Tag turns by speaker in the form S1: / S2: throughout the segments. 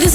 S1: this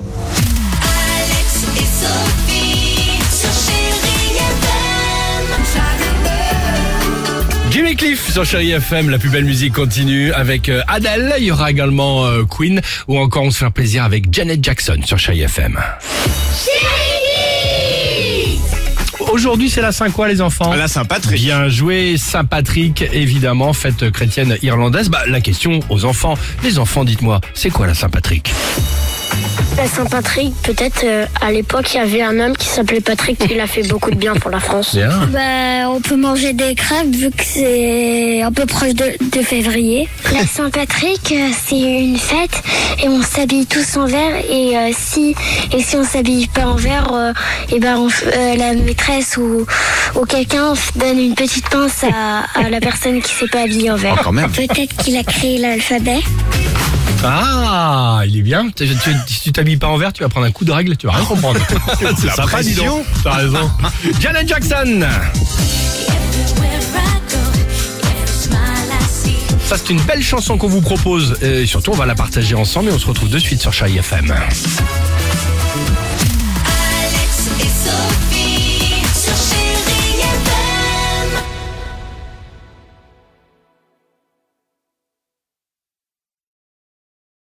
S2: Alex et Sophie sur Chéri FM.
S3: Jimmy Cliff sur Chéri FM, la plus belle musique continue avec euh, Adele. Il y aura également euh, Queen ou encore on se fait un plaisir avec Janet Jackson sur Chéri FM. Aujourd'hui, c'est la Saint quoi, les enfants
S4: La Saint-Patrick.
S3: Bien joué, Saint Patrick, évidemment, fête chrétienne irlandaise. Bah, la question aux enfants, les enfants, dites-moi, c'est quoi la Saint Patrick
S5: La Saint-Patrick, peut-être euh, à l'époque, il y avait un homme qui s'appelait Patrick qui a fait beaucoup de bien pour la France.
S3: Bien.
S5: Bah, on peut manger des crêpes vu que c'est un peu proche de, de février. La Saint-Patrick, euh, c'est une fête et on s'habille tous en vert et euh, si et si on s'habille pas en vert, euh, et ben on f- euh, la maîtresse ou, ou quelqu'un f- donne une petite pince à, à la personne qui s'est pas habillée en vert.
S4: Oh, quand même.
S5: Peut-être qu'il a créé l'alphabet.
S3: Ah, il est bien. Tu- tu- si tu t'habilles pas en vert, tu vas prendre un coup de règle, tu vas rien comprendre. c'est
S4: La
S3: sympa, dis
S4: pression.
S3: donc. T'as raison. Janet Jackson
S2: Everywhere I go, every smile I see.
S3: Ça, c'est une belle chanson qu'on vous propose. Euh, Et surtout, on va la partager ensemble et on se retrouve de suite sur Chai FM.
S2: Alex et Sophie.